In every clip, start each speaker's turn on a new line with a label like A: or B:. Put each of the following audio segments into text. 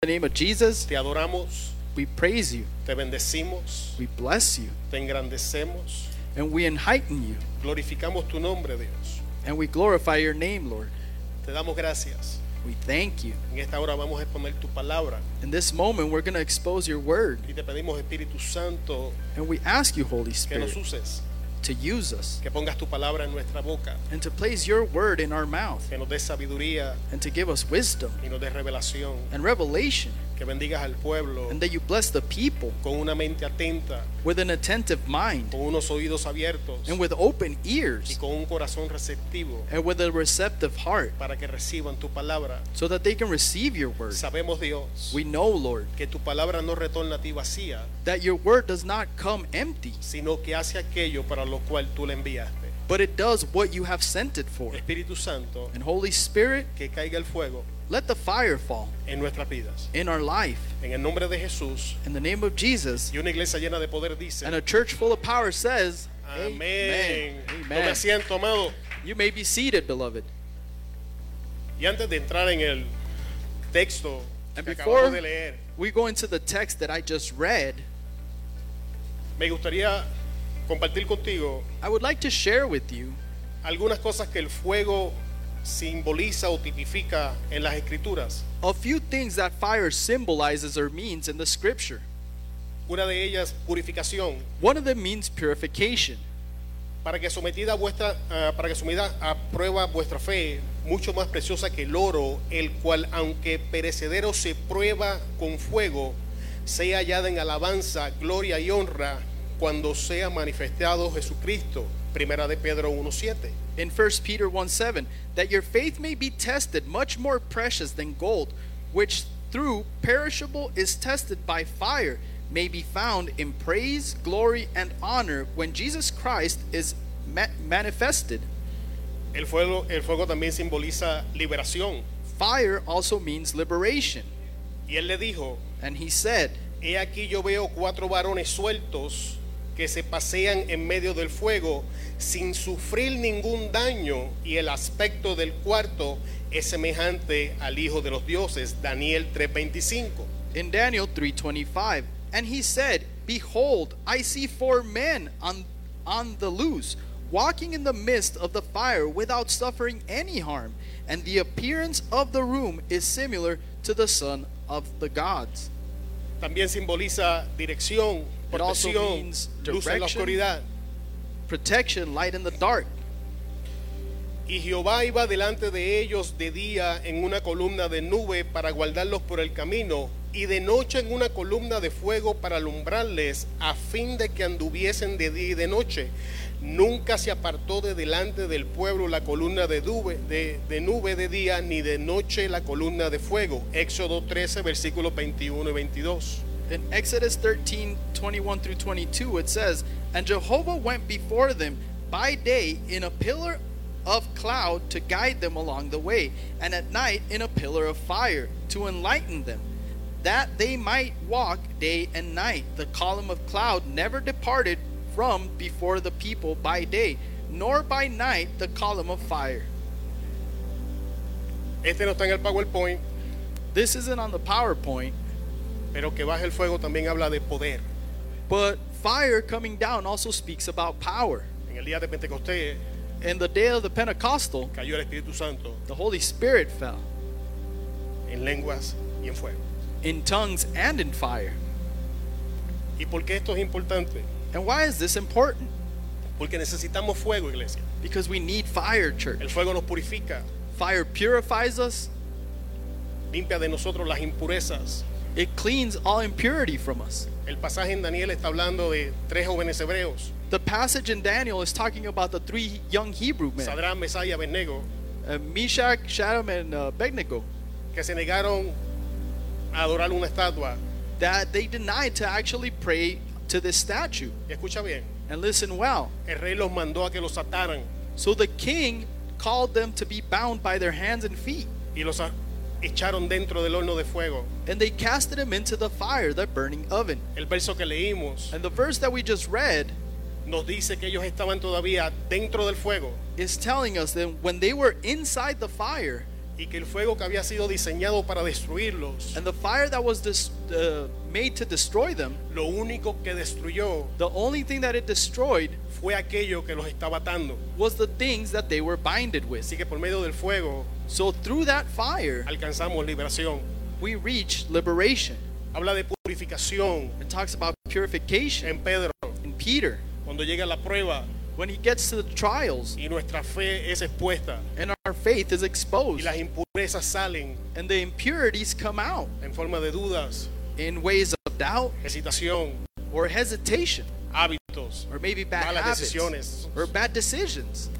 A: In the name of Jesus,
B: Te adoramos,
A: we praise you,
B: te bendecimos,
A: we bless you,
B: te engrandecemos,
A: and we enheighten you,
B: glorificamos tu nombre, Dios.
A: and we glorify your name, Lord.
B: Te damos gracias.
A: We thank you.
B: En esta hora vamos a exponer tu palabra
A: In this moment, we're going to expose your word,
B: y te pedimos, Espíritu Santo,
A: and we ask you, Holy
B: que nos
A: Spirit,
B: uses,
A: to use us
B: que pongas tu palabra en nuestra boca,
A: and to place your word in our mouth
B: que nos des sabiduría
A: and to give us wisdom
B: y nos des revelación,
A: and revelation,
B: que bendigas al pueblo
A: and that you bless the people
B: con una mente atenta,
A: with an attentive mind
B: con unos oídos abiertos
A: and with open
B: y
A: ears
B: con un corazón receptivo
A: and with a receptive heart
B: para que reciban tu palabra.
A: so that they can receive your word.
B: Sabemos, Dios,
A: We know, Lord,
B: que tu palabra no retorna a ti vacía,
A: that your word does not come empty.
B: sino que hace aquello para lo cual tú la enviaste.
A: but it does what you have sent it for.
B: Espíritu Santo,
A: And Holy Spirit,
B: que caiga el fuego
A: let the fire fall
B: en nuestras vidas.
A: in our life.
B: En el nombre de Jesús
A: In the name of Jesus,
B: y una iglesia llena de poder dice,
A: and a church full of power says,
B: amén. Tome
A: Amen.
B: asiento, amado.
A: You may be seated, beloved.
B: Y antes de entrar en el texto
A: And
B: que acabamos
A: before
B: de leer,
A: we go into the text that I just read,
B: me gustaría compartir contigo
A: I would like to share with you
B: algunas cosas que el fuego simboliza o tipifica en las escrituras.
A: a few things that fire symbolizes or means in the scripture.
B: Una de ellas, purificación,
A: One of them means purification,
B: para que sometida a vuestra, ah, para que sometida a prueba vuestra fe, mucho más preciosa que el oro, el cual aunque perecedero se prueba con fuego, sea hallada en alabanza, gloria y honra cuando sea manifestado Jesucristo. Primera de Pedro 1:7.
A: in 1 Peter 1 7, that your faith may be tested, much more precious than gold, which through perishable is tested by fire, may be found in praise, glory, and honor when Jesus Christ is ma- manifested.
B: El fuego, el fuego también simboliza liberación.
A: Fire also means liberation.
B: Y él le dijo,
A: And he said,
B: He aquí yo veo cuatro varones sueltos que se pasean en medio del fuego sin sufrir ningún daño y el aspecto del cuarto es semejante al Hijo de los Dioses, Daniel 3:25.
A: in Daniel 3:25, and he said, "Behold, I see four men on on the loose, walking in the midst of the fire without suffering any harm, and the appearance of the room is similar to the son of the gods."
B: También simboliza dirección,
A: It also
B: protección,
A: means
B: luz en la
A: direction.
B: oscuridad.
A: Protection, light in the dark.
B: Y Jehová iba delante de ellos de día en una columna de nube para guardarlos por el camino, y de noche en una columna de fuego para alumbrarles, a fin de que anduviesen de día y de noche. Nunca se apartó de delante del pueblo la columna de nube de, de nube de día, ni de noche la columna de fuego. Éxodo 13, versículos 21 y 22.
A: In Exodus 13 21 through 22, it says, And Jehovah went before them by day in a pillar of cloud to guide them along the way, and at night in a pillar of fire to enlighten them, that they might walk day and night. The column of cloud never departed from before the people by day, nor by night the column of fire.
B: Este no está en el PowerPoint,
A: This isn't on the PowerPoint,
B: pero que baje el fuego también habla de poder.
A: but fire coming down also speaks about power.
B: En el día de Pentecostés
A: In the day of the Pentecostal,
B: cayó el Espíritu Santo
A: The Holy Spirit fell
B: en lenguas y en fuego.
A: in tongues and in fire.
B: ¿Y por qué esto es importante?
A: And why is this important?
B: Porque necesitamos fuego, iglesia.
A: Because we need fire, church.
B: El fuego nos purifica,
A: Fire purifies us,
B: limpia de nosotros las impurezas.
A: it cleans all impurity from us.
B: El pasaje en Daniel está hablando de tres jóvenes hebreos,
A: The passage in Daniel is talking about the three young Hebrew men,
B: Sadrán, Mesá y Abednego,
A: uh, Meshach, Shadrach, and uh, Abednego,
B: que se negaron a adorar una estatua.
A: that they denied to actually pray to this statue.
B: Y escucha bien,
A: And listen well.
B: el rey los mandó a que los ataran
A: So the king called them to be bound by their hands and feet,
B: y los a- echaron dentro del horno de fuego.
A: and they casted him into the fire, the burning oven.
B: El verso que leímos
A: And the verse that we just read
B: nos dice que ellos estaban todavía dentro del fuego
A: is telling us that when they were inside the fire,
B: y que el fuego que había sido diseñado para destruirlos,
A: And the fire that was dis- uh, made to destroy them,
B: lo único que destruyó
A: the only thing that it destroyed
B: fue aquello que los estaba atando.
A: was the things that they were binded with.
B: Así que por medio del fuego
A: So through that fire,
B: alcanzamos liberación.
A: we reach liberation.
B: Habla de purificación
A: It talks about purification
B: en Pedro.
A: in Peter.
B: Cuando llega la prueba
A: When he gets to the trials
B: y nuestra fe es expuesta
A: and our faith is
B: y
A: exposed
B: las impurezas salen
A: and the impurities come out
B: en forma de dudas,
A: in ways of doubt
B: excitación,
A: or hesitation
B: hábitos,
A: or maybe bad
B: malas
A: habits
B: decisiones.
A: or bad decisions.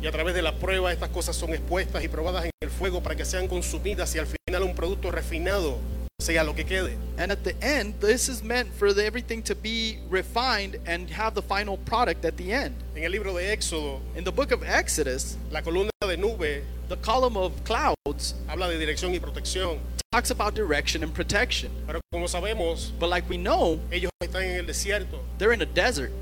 B: Y a través de la prueba estas cosas son expuestas y probadas en el fuego para que sean consumidas y al final un producto refinado sea lo que quede.
A: And at the end, this is meant for the, everything to be refined and have the final product at the end.
B: En el libro de Éxodo,
A: In the book of Exodus,
B: la columna de nube
A: the column of clouds
B: habla de dirección y protección,
A: talks about direction and protection.
B: pero como sabemos,
A: But like we know,
B: ellos están en el desierto
A: they're in a desert.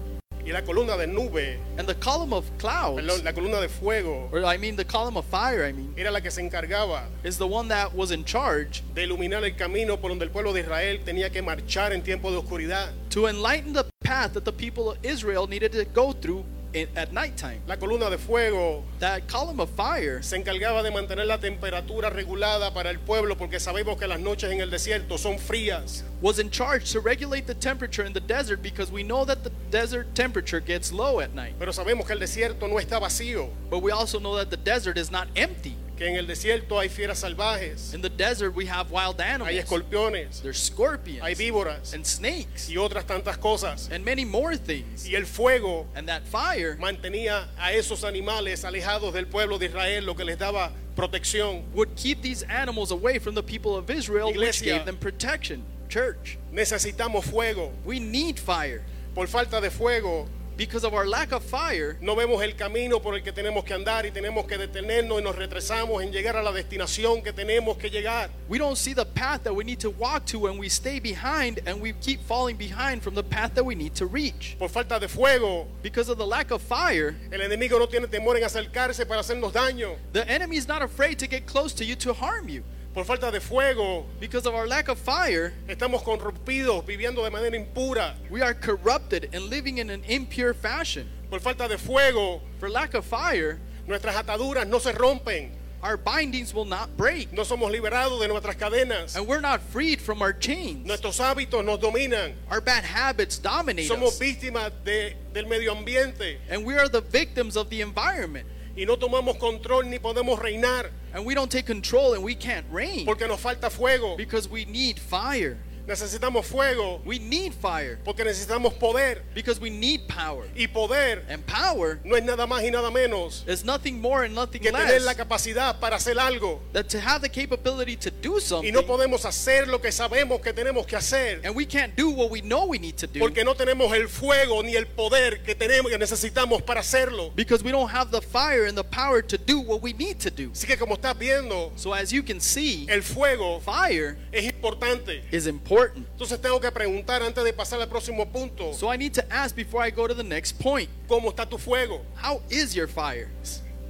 B: y la columna de nube,
A: And the column of
B: perdón,
A: clouds,
B: la columna de fuego
A: or I mean the column of fire, I mean,
B: era la que se encargaba
A: is the one that was in charge
B: de iluminar el camino por donde el pueblo de Israel tenía que marchar en tiempo de oscuridad.
A: to enlighten the path that the people of Israel needed to go through in, at nighttime.
B: La columna de fuego
A: That column of fire
B: se encargaba de mantener la temperatura regulada para el pueblo porque sabemos que las noches en el desierto son frías.
A: was in charge to regulate the temperature in the desert because we know that the desert temperature gets low at night.
B: Pero sabemos que el desierto no está vacío,
A: But we also know that the desert is not empty.
B: que en el desierto hay fieras salvajes,
A: In the desert, we have wild
B: hay
A: animals.
B: escorpiones,
A: There's
B: hay
A: scorpions
B: víboras
A: and snakes
B: y otras tantas cosas.
A: and many more things.
B: Y el fuego
A: And that fire
B: mantenía a esos animales alejados del pueblo de Israel, lo que les daba protección.
A: would keep these animals away from the people of Israel, which
B: Iglesia.
A: gave them protection. Church,
B: Necesitamos fuego.
A: we need fire.
B: Por falta de fuego
A: Because of our lack of fire,
B: no vemos el camino por el que tenemos que andar y tenemos que detenernos y nos retrasamos en llegar a la destinación que tenemos que llegar.
A: we don't see the path that we need to walk to, and we stay behind and we keep falling behind from the path that we need to reach.
B: Por falta de fuego,
A: Because of the lack of fire,
B: el enemigo no tiene temor en acercarse para hacernos daño.
A: the enemy is not afraid to get close to you to harm you.
B: Por falta de fuego,
A: Because of our lack of fire,
B: estamos corrompidos, viviendo de manera impura.
A: we are corrupted and living in an impure fashion.
B: Por falta de fuego,
A: For lack of fire,
B: nuestras ataduras no se rompen.
A: our bindings will not break,
B: No somos liberados de nuestras cadenas.
A: and we're not freed from our chains.
B: Nuestros hábitos nos dominan.
A: Our bad habits dominate
B: Somos
A: us,
B: víctimas de- del medio ambiente
A: and we are the victims of the environment.
B: y no tomamos control ni podemos reinar
A: And we don't take control, and we can't reign
B: porque nos falta fuego.
A: because we need fire.
B: Necesitamos fuego
A: We need fire
B: porque necesitamos poder.
A: because we need power,
B: Y poder
A: and power
B: no es nada más y nada menos
A: is nothing more and nothing
B: que tener la
A: less
B: capacidad para hacer algo.
A: that to have the capability to do
B: Y
A: something,
B: no podemos hacer lo que sabemos que tenemos que hacer
A: and we can't do what we know we need to do
B: porque no tenemos el fuego ni el poder que tenemos que necesitamos para hacerlo.
A: because we don't have the fire and the power to do what we need to do.
B: Así que como estás viendo,
A: So as you can see,
B: el fuego
A: fire
B: es importante.
A: is important.
B: Entonces tengo que preguntar antes de pasar al próximo punto,
A: So I need to ask before I go to the next point,
B: ¿cómo está tu fuego?
A: how is your fire?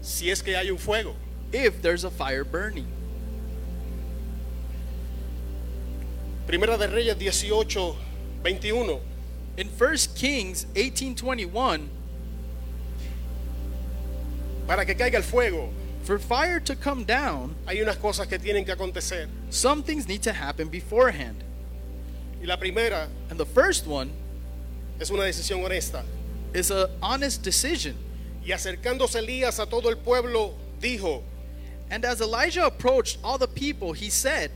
B: Si es que hay un fuego.
A: If there's a fire burning.
B: Primera de Reyes 18, 21.
A: In 1 Kings 18:21,
B: Para que caiga el fuego,
A: for fire to come down,
B: hay unas cosas que tienen que acontecer.
A: some things need to happen beforehand.
B: Y la primera
A: And the first one
B: es una decisión honesta.
A: is a honest decision.
B: Y acercándose Elías a todo el pueblo, dijo,
A: And as Elijah approached all the people, he said,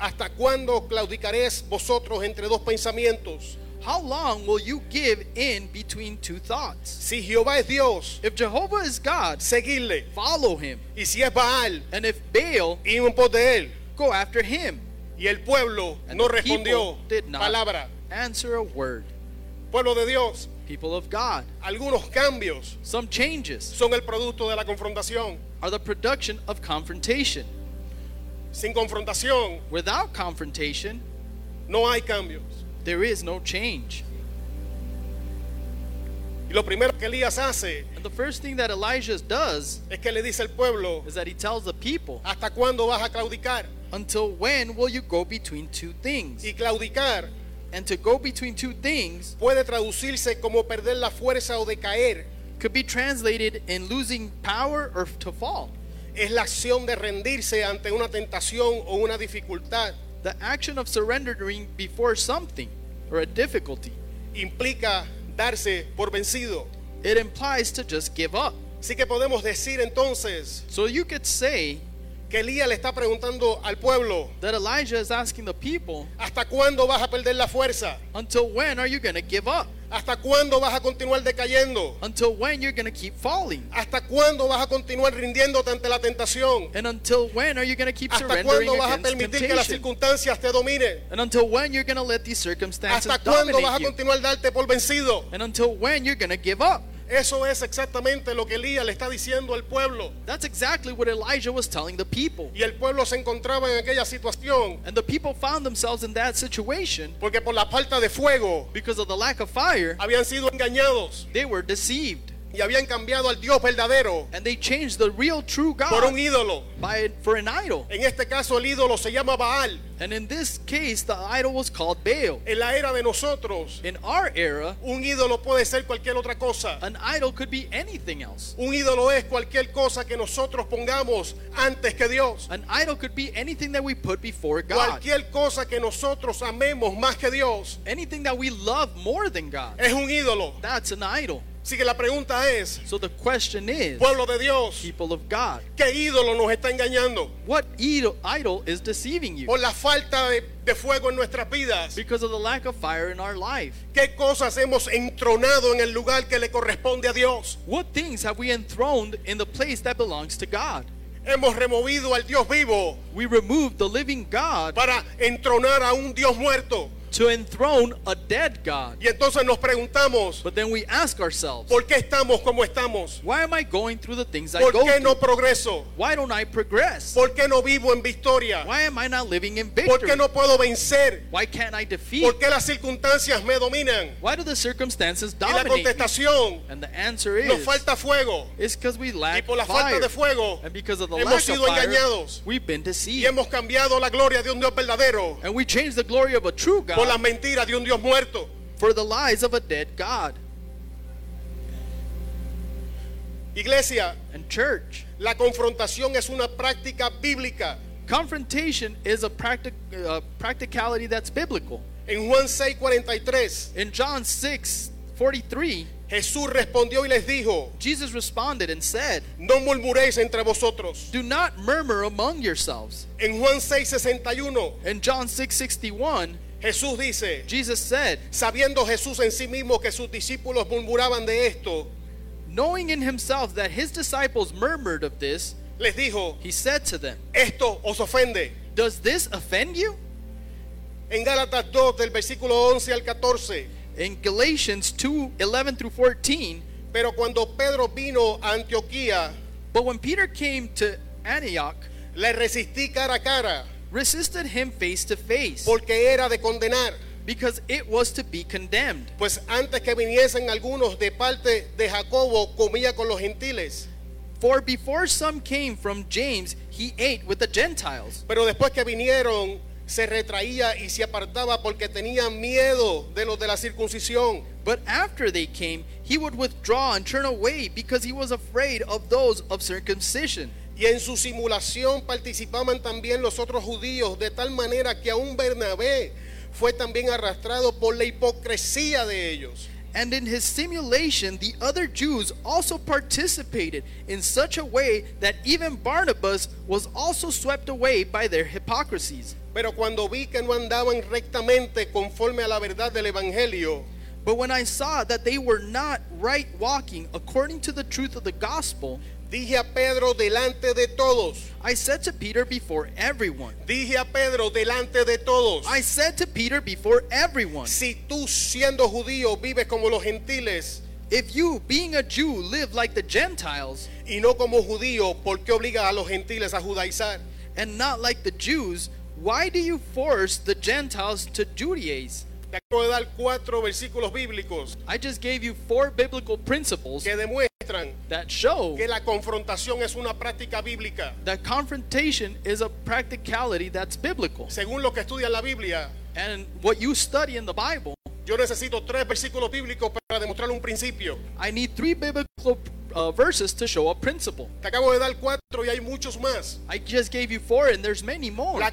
B: ¿hasta cuándo claudicaréis vosotros entre dos pensamientos?
A: "How long will you give in between two thoughts?
B: Si Jehová es Dios,
A: If Jehovah is God,
B: seguidle.
A: follow him,
B: Y si es Baal,
A: and if Baal,
B: id en pos de él.
A: go after him."
B: Y el pueblo
A: And
B: no
A: the
B: respondió
A: people did not
B: palabra.
A: answer a word.
B: Pueblo de Dios,
A: People of God,
B: algunos cambios
A: some changes
B: son el producto de la confrontación.
A: are the production of confrontation.
B: Sin confrontación
A: Without confrontation,
B: no hay cambios.
A: there is no change.
B: Y lo primero que Elías hace
A: And the first thing that Elijah does
B: es que le dice al pueblo,
A: is that he tells the people,
B: ¿hasta cuándo vas a claudicar?
A: Until when will you go between two things?
B: Y claudicar
A: And to go between two things
B: puede traducirse como perder la fuerza o decaer.
A: could be translated in losing power or to fall.
B: Es la acción de rendirse ante una tentación o una dificultad.
A: The action of surrendering before something or a difficulty.
B: Implica darse por vencido.
A: It implies to just give up.
B: Así que podemos decir entonces
A: So you could say
B: que Elías le está preguntando al pueblo,
A: that Elijah is asking the people,
B: ¿hasta cuándo vas a perder la fuerza?
A: until when are you going to give up?
B: ¿Hasta cuándo vas a continuar decayendo?
A: Until when you're going to keep falling?
B: ¿Hasta cuándo vas a continuar rindiéndote ante la tentación?
A: And until when are you going to keep
B: ¿Hasta
A: surrendering
B: cuándo vas a
A: against
B: permitir que las
A: temptation?
B: circunstancias te dominen?
A: And until when you're going to let these circumstances
B: ¿Hasta cuándo vas a
A: dominate you?
B: continuar darte por vencido?
A: And until when you're going to give up?
B: Eso es exactamente lo que Elías le está diciendo al pueblo.
A: That's exactly what Elijah was telling the people.
B: Y el pueblo se encontraba en aquella situación
A: And the people found themselves in that situation
B: porque por la falta de fuego
A: because of the lack of fire,
B: habían sido engañados
A: they were deceived.
B: y habían cambiado al Dios verdadero
A: And they changed the real true
B: por un
A: God
B: ídolo.
A: by, for an idol.
B: En este caso el ídolo se llama Baal.
A: And in this case, the idol was called Baal.
B: En la era de nosotros,
A: In our era,
B: un ídolo puede ser cualquier otra cosa.
A: an idol could be anything else.
B: Un ídolo es cualquier cosa que nosotros pongamos antes que Dios.
A: An idol could be anything that we put before God.
B: Cualquier cosa que nosotros amemos más que Dios
A: Anything that we love more than God.
B: es un ídolo.
A: That's an idol.
B: Así que la pregunta es,
A: So the question is,
B: pueblo de Dios,
A: people of God,
B: ¿qué ídolo nos está engañando?
A: what idol, idol is deceiving you?
B: Por la falta de, de fuego en nuestras vidas.
A: Because of the lack of fire in our life.
B: ¿Qué cosas hemos entronado en el lugar que le corresponde a Dios?
A: What things have we enthroned in the place that belongs to God?
B: Hemos removido al Dios vivo
A: We removed the living God
B: para entronar a un Dios muerto.
A: to enthrone a dead God.
B: Y entonces nos preguntamos,
A: But then we ask ourselves,
B: ¿por qué estamos como estamos?
A: why am I going through the things I
B: ¿Por
A: go
B: qué
A: through?
B: no progreso?
A: Why don't I progress?
B: ¿Por qué no vivo en victoria?
A: Why am I not living in
B: ¿Por qué
A: victory?
B: no puedo vencer?
A: Why can't I defeat?
B: ¿Por qué las circunstancias me dominan?
A: Why do the circumstances
B: Y la
A: dominate? me?
B: contestación,
A: And the answer
B: nos
A: is,
B: falta fuego.
A: it's because we
B: Y
A: lack
B: por la falta
A: fire.
B: de fuego,
A: And because of the
B: hemos
A: lack
B: sido
A: of fire,
B: engañados.
A: we've been
B: y
A: deceived.
B: hemos cambiado la gloria de un Dios verdadero
A: And we change the glory of a true God
B: por las mentiras de un Dios muerto.
A: for the lies of a dead God.
B: Iglesia,
A: And church,
B: la confrontación es una práctica bíblica.
A: confrontation is a practic- uh, practicality that's biblical.
B: En Juan 6:43,
A: In John 6 43,
B: Jesús respondió y les dijo,
A: Jesus responded and said,
B: no murmuréis entre vosotros.
A: Do not murmur among yourselves.
B: En Juan 6:61,
A: In John 6 61,
B: Jesús dice,
A: Jesus said,
B: sabiendo Jesús en sí mismo que sus discípulos murmuraban de esto,
A: Knowing in himself that his disciples murmured of this,
B: les dijo,
A: he said to them,
B: esto os ofende.
A: Does this offend you?
B: En Gálatas 2 del versículo 11 al 14,
A: In Galatians 2 11 through 14,
B: pero cuando Pedro vino a Antioquía,
A: but when Peter came to Antioch,
B: le resistí cara a cara,
A: resisted him face to face,
B: porque era de condenar.
A: because it was to be condemned.
B: Pues antes que viniesen algunos de parte de Jacobo, comía con los gentiles.
A: For before some came from James, he ate with the Gentiles.
B: Pero después que vinieron, se retraía y se apartaba porque tenía miedo de los de la circuncisión.
A: But after they came, he would withdraw and turn away, because he was afraid of those of circumcision.
B: Y en su simulación participaban también los otros judíos, de tal manera que aún Bernabé fue también arrastrado por la hipocresía de ellos.
A: And in his simulation, the other Jews also participated in such a way that even Barnabas was also swept away by their hypocrisies.
B: Pero cuando vi que no andaban rectamente conforme a la verdad del Evangelio,
A: But when I saw that they were not right walking according to the truth of the gospel,
B: dije a Pedro delante de todos,
A: I said to Peter before everyone,
B: Dije a Pedro delante de todos,
A: I said to Peter before everyone,
B: si tú siendo judío vives como los gentiles
A: if you, being a Jew, live like the Gentiles
B: y no como judío, ¿por qué obligas a los gentiles a judaizar?
A: and not like the Jews, why do you force the Gentiles to Judaize?
B: Te acabo de dar cuatro versículos bíblicos
A: I just gave you four biblical principles
B: que demuestran
A: that show
B: que la confrontación es una práctica bíblica.
A: that confrontation is a practicality that's biblical.
B: Según lo que estudia la Biblia,
A: And what you study in the Bible,
B: yo necesito tres versículos bíblicos para demostrar un principio.
A: I need three biblical uh, verses to show a principle.
B: Te acabo de dar cuatro y hay muchos más.
A: I just gave you four, and there's many more.
B: La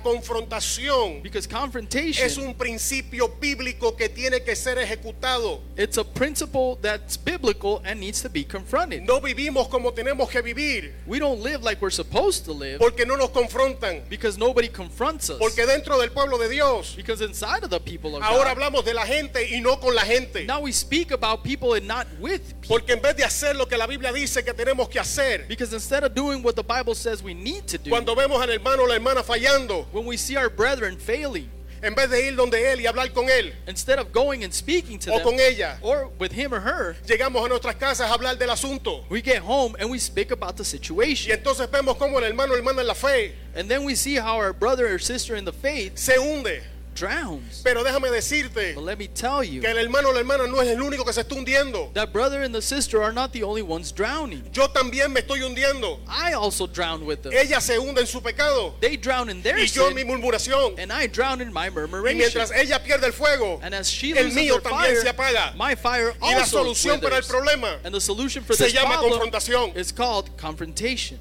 B: confrontación
A: Because
B: es
A: confrontation,
B: un principio bíblico que tiene que ser ejecutado.
A: it's a principle that's biblical and needs to be confronted.
B: No vivimos como tenemos que vivir
A: We don't live like we're supposed to live
B: porque no nos confrontan.
A: because nobody confronts us.
B: Porque dentro del pueblo de Dios,
A: Because inside of the people of
B: ahora
A: God,
B: hablamos de la gente y no con la gente.
A: now we speak about people and not with people.
B: Porque en vez de hacer lo que la Biblia dice que tenemos que hacer,
A: Because instead of doing what the Bible says we need to do,
B: cuando vemos al hermano o la hermana fallando,
A: when we see our brethren failing,
B: en vez de ir donde él y hablar con él
A: instead of going and speaking to
B: o con
A: them
B: ella,
A: or with him or her,
B: llegamos a nuestras casas a hablar del asunto.
A: we get home and we speak about the
B: Y
A: situation.
B: entonces vemos cómo el hermano o hermana en la fe
A: And then we see how our brother or sister in the faith
B: se hunde.
A: drowns.
B: Pero déjame decirte
A: But let me tell you
B: que el hermano o la hermana no es el único que se está hundiendo.
A: that brother and the sister are not the only ones drowning.
B: Yo también me estoy hundiendo.
A: I also drown with them.
B: Ella se hunde en su pecado
A: They drown in their
B: y yo en mi
A: sin,
B: murmuración.
A: and I drown in my
B: Y mientras
A: murmuration.
B: ella pierde el fuego,
A: And as she
B: el
A: loses
B: mío
A: her
B: también se
A: fire,
B: apaga.
A: my fire
B: Y la
A: also Pues
B: solución para el
A: withers.
B: problema,
A: And the solution for
B: Se
A: this
B: llama
A: problem
B: confrontación.
A: is called confrontation.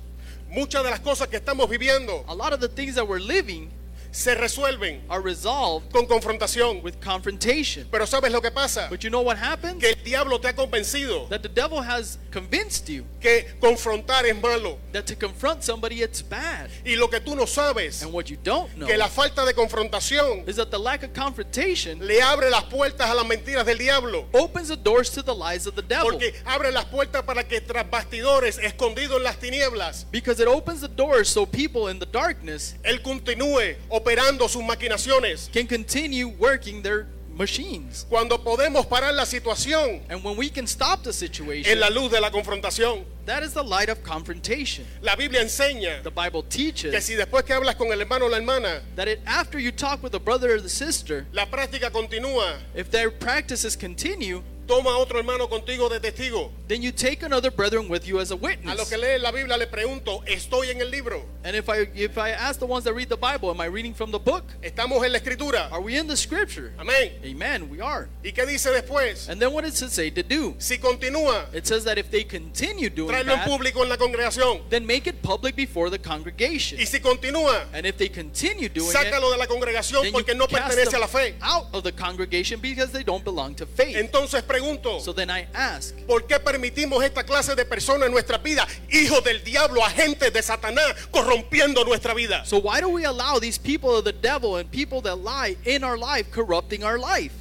B: muchas de las cosas que estamos viviendo
A: A lot of the things that we're living
B: se resuelven
A: are resolved
B: con confrontación.
A: with confrontation.
B: Pero ¿sabes lo que pasa?
A: But you know what happens?
B: Que el diablo te ha convencido
A: That the devil has convinced you
B: que confrontar es malo.
A: that to confront somebody it's bad.
B: Y lo que tú no sabes,
A: And what you don't know
B: que la falta de confrontación
A: is that the lack of confrontation
B: le abre las puertas a las mentiras del diablo.
A: opens the doors to the lies of the devil.
B: Porque abre las puertas para que tras bastidores, escondido en las tinieblas,
A: Because it opens the doors so people in the darkness
B: él continúe operando sus maquinaciones.
A: can continue working their machines.
B: Cuando podemos parar la situación
A: And when we can stop the
B: en
A: situation,
B: la luz de la confrontación,
A: that is the light of confrontation.
B: la Biblia enseña
A: The Bible
B: que
A: teaches
B: si después que hablas con el hermano o la hermana,
A: that it, after you talk with a brother or the sister,
B: la práctica continúa,
A: if their practices continue,
B: toma a otro hermano contigo de testigo.
A: then you take another brethren with you as a
B: A los
A: witness.
B: que leen la Biblia le pregunto, ¿estoy en el libro?
A: And if I if I ask the ones that read the Bible, am I reading from the book?
B: ¿Estamos en la escritura?
A: Are we in the scripture?
B: Amén.
A: Amen, we are.
B: ¿Y qué dice después?
A: And then what does it say to do?
B: Si continúa,
A: It says that if they continue doing
B: tráelo en
A: that,
B: público en la congregación.
A: then make it public before the congregation.
B: Y si continúa,
A: And if they continue doing it,
B: sácalo de la congregación
A: then you
B: porque no
A: cast
B: pertenece a
A: them
B: la fe.
A: out of the congregation because they don't belong to faith.
B: Entonces pregunto,
A: So then I ask,
B: ¿por qué permitimos esta clase de personas en nuestra vida? Hijos del diablo, agentes de Satanás, corrompiendo nuestra vida.
A: So why do we allow these people of the devil and people that lie in our life corrupting our life?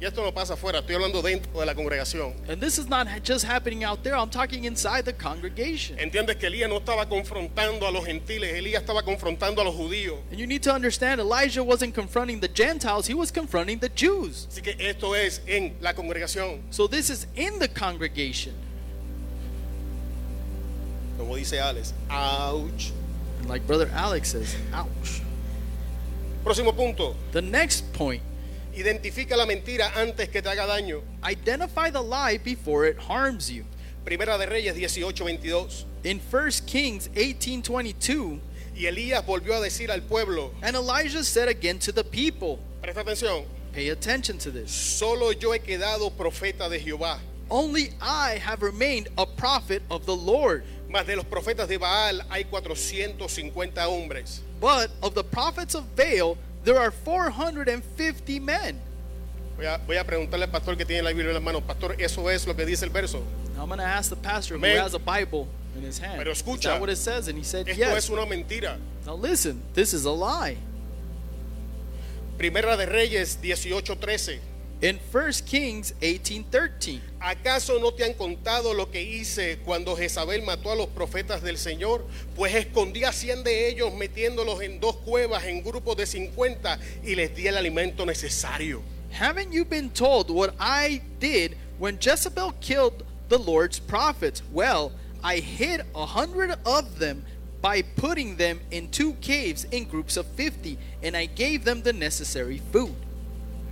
B: Y esto no pasa afuera, estoy hablando dentro de la congregación.
A: And this is not just happening out there. I'm talking inside the congregation.
B: ¿Entiendes que Elías no estaba confrontando a los gentiles? Elías estaba confrontando a los judíos.
A: And you need to understand Elijah wasn't confronting the Gentiles, he was confronting the Jews.
B: Así que esto es en la congregación.
A: So this is in the congregation.
B: Como dice Alex. Ouch.
A: And like brother Alex says, ouch.
B: Próximo punto.
A: The next point,
B: Identifica la mentira antes que te haga daño.
A: identify the lie before it harms you.
B: Primera de Reyes 18, 22.
A: In 1 Kings 18:22,
B: Y Elías volvió a decir al pueblo,
A: and Elijah said again to the people,
B: presta atención,
A: pay attention to this.
B: solo yo he quedado profeta de Jehová,
A: Only I have remained a prophet of the Lord.
B: mas de los profetas de Baal hay 450 hombres.
A: But of the prophets of Baal, there are 450 men.
B: Voy a, voy a preguntarle al pastor que tiene la Biblia en la mano, pastor, eso es lo que dice el verso.
A: Now I'm going to ask the pastor
B: Amen.
A: who has a Bible in his hand.
B: Pero
A: Is
B: escucha.
A: that what it says? And he said,
B: Esto
A: yes.
B: es una mentira.
A: Now listen, this is a lie.
B: Primera de Reyes 18:13.
A: In 1 Kings 18.13,
B: ¿Acaso no te han contado lo que hice cuando Jezabel mató a los profetas del Señor? Pues escondí a 100 de ellos metiéndolos en dos cuevas en grupos de 50 y les di el alimento necesario.
A: haven't you been told what I did when Jezebel killed the Lord's prophets? Well, I hid a hundred of them by putting them in two caves in groups of 50, and I gave them the necessary food.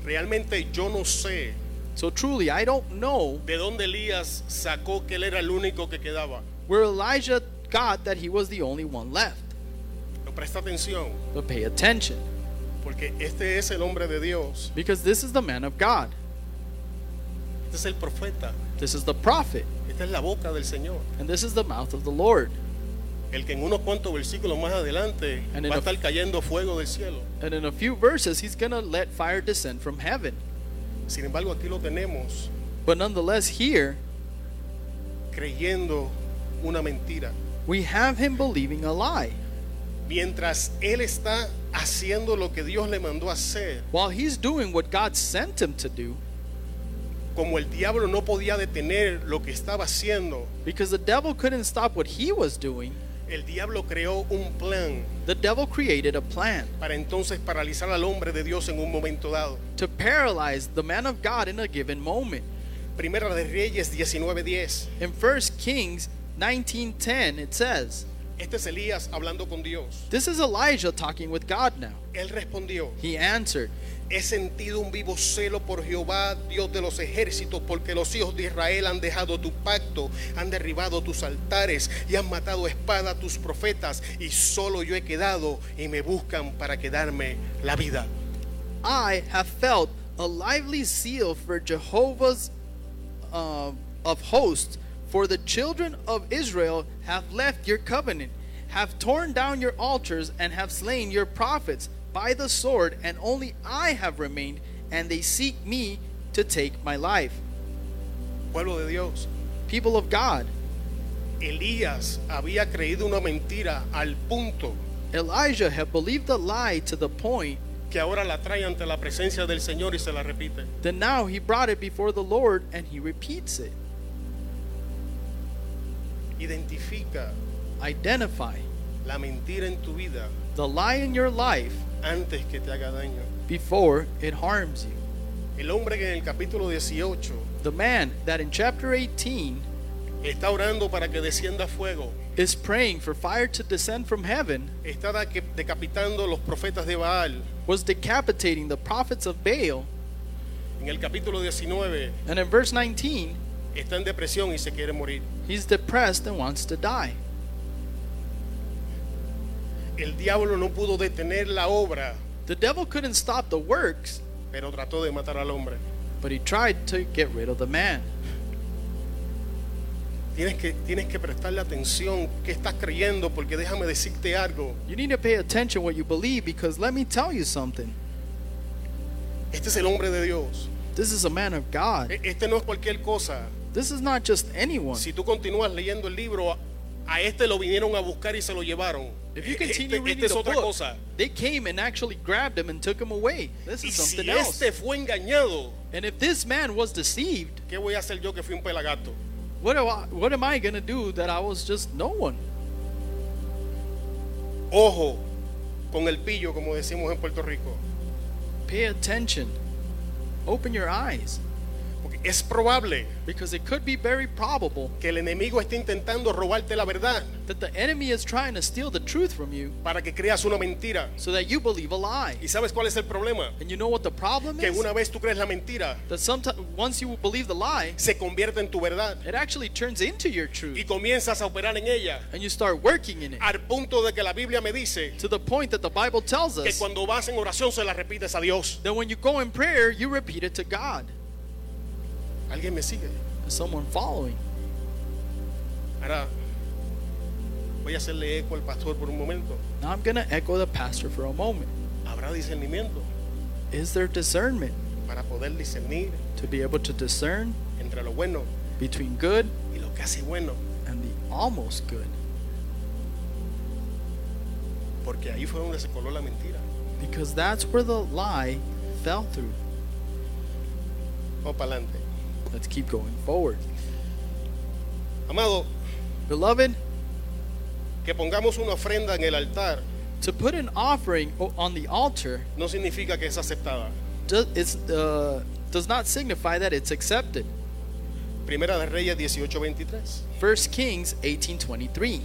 B: Realmente yo no sé
A: So truly, I don't know
B: de dónde Elías sacó que él era el único que quedaba.
A: where Elijah got that he was the only one left.
B: Pero presta atención,
A: But pay attention,
B: porque este es el hombre de Dios,
A: because this is the man of God.
B: este es el profeta,
A: This is the prophet,
B: esta es la boca del Señor.
A: and this is the mouth of the Lord.
B: El que en unos cuantos versículos más adelante
A: And in
B: va a
A: a-
B: estar cayendo fuego del cielo.
A: And in a few verses, he's going to let fire descend from heaven.
B: Sin embargo, aquí lo tenemos
A: But nonetheless, here
B: creyendo una mentira.
A: we have him believing a lie.
B: Mientras él está haciendo lo que Dios le mandó hacer,
A: While he's doing what God sent him to do,
B: como el diablo no podía detener lo que estaba haciendo,
A: because the devil couldn't stop what he was doing,
B: el diablo creó un plan
A: the devil created a plan
B: para entonces paralizar al hombre de Dios en un momento dado.
A: to paralyze the man of God in a given moment.
B: Primera de Reyes 19:10.
A: In 1 Kings 19:10 it says,
B: Este es Elías hablando con Dios.
A: "This is Elijah talking with God now."
B: Él respondió,
A: He answered,
B: he sentido un vivo celo por Jehová, Dios de los ejércitos, porque los hijos de Israel han dejado tu pacto, han derribado tus altares y han matado a espada a tus profetas, y solo yo he quedado y me buscan para quedarme la vida.
A: "I have felt a lively zeal for Jehovah's uh, of hosts, for the children of Israel have left your covenant, have torn down your altars, and have slain your prophets by the sword, and only I have remained, and they seek me to take my life."
B: Pueblo de Dios,
A: People of God,
B: Elías había creído una mentira al punto
A: Elijah had believed a lie to the point
B: que ahora la trae ante la presencia del Señor y se la repite.
A: Then now he brought it before the Lord and he repeats it.
B: Identifica
A: Identify
B: la mentira en tu vida
A: the lie in your life
B: antes que te haga daño.
A: before it harms you.
B: El hombre que en el capítulo 18
A: The man that in chapter 18
B: está orando para que descienda fuego,
A: is praying for fire to descend from heaven
B: está da- que- decapitando los profetas de Baal.
A: was decapitating the prophets of Baal.
B: En el capítulo 19
A: And in verse 19,
B: está en depresión y se quiere morir.
A: he's depressed and wants to die.
B: El diablo no pudo detener la obra,
A: The devil couldn't stop the works,
B: pero trató de matar al hombre.
A: but he tried to get rid of the man.
B: Tienes que, tienes que prestarle atención, qué estás creyendo, porque déjame decirte algo.
A: You need to pay attention what you believe because let me tell you something.
B: Este es el hombre de Dios.
A: This is a man of God.
B: E- Este no es cualquier cosa.
A: This is not just anyone.
B: Si tú continúas leyendo el libro, a este lo vinieron a buscar y se lo llevaron.
A: If you
B: Este-
A: continue
B: este,
A: reading
B: es
A: the
B: otra
A: book,
B: cosa.
A: they came and actually grabbed him and took him away. This
B: Y
A: is
B: si
A: something else.
B: este fue engañado,
A: And if this man was deceived,
B: ¿qué voy a hacer yo que fui un pelagato?
A: what am I, what am I gonna do that I was just no one?
B: Ojo con el pillo, como decimos en Puerto Rico.
A: Pay attention. Open your eyes,
B: Porque es probable
A: because it could be very probable
B: que el enemigo esté intentando robarte la verdad
A: that the enemy is trying to steal the truth from you
B: para que creas una mentira.
A: so that you believe a lie.
B: ¿Y sabes cuál es el problema?
A: And you know what the problem
B: Que
A: is?
B: una vez tú crees la mentira,
A: That sometimes once you believe the lie,
B: se convierte en tu verdad
A: it actually turns into your
B: y
A: truth,
B: comienzas a operar en ella
A: and you start working in it
B: al punto de que la Biblia me dice
A: to the point that the Bible tells
B: que
A: us.
B: cuando vas en oración se la repites a Dios.
A: Then when you go in prayer, you repeat it to God.
B: ¿Alguien me sigue?
A: Is someone following?
B: Ahora voy a hacerle eco al pastor por un momento.
A: Now I'm going to echo the pastor for a moment.
B: Habrá discernimiento
A: Is there discernment
B: para poder discernir
A: to be able to discern
B: entre lo bueno
A: between good
B: y lo casi bueno,
A: and the almost good?
B: porque ahí fue donde se coló la mentira.
A: Because that's where the lie fell through.
B: Vamos para adelante.
A: Let's keep going forward.
B: Amado,
A: Beloved,
B: que pongamos una ofrenda en el altar
A: to put an offering o- on the altar
B: no significa que es aceptada.
A: do- is, uh, does not signify that it's accepted.
B: Primera de Reyes 18:23.
A: 1 Kings 18:23.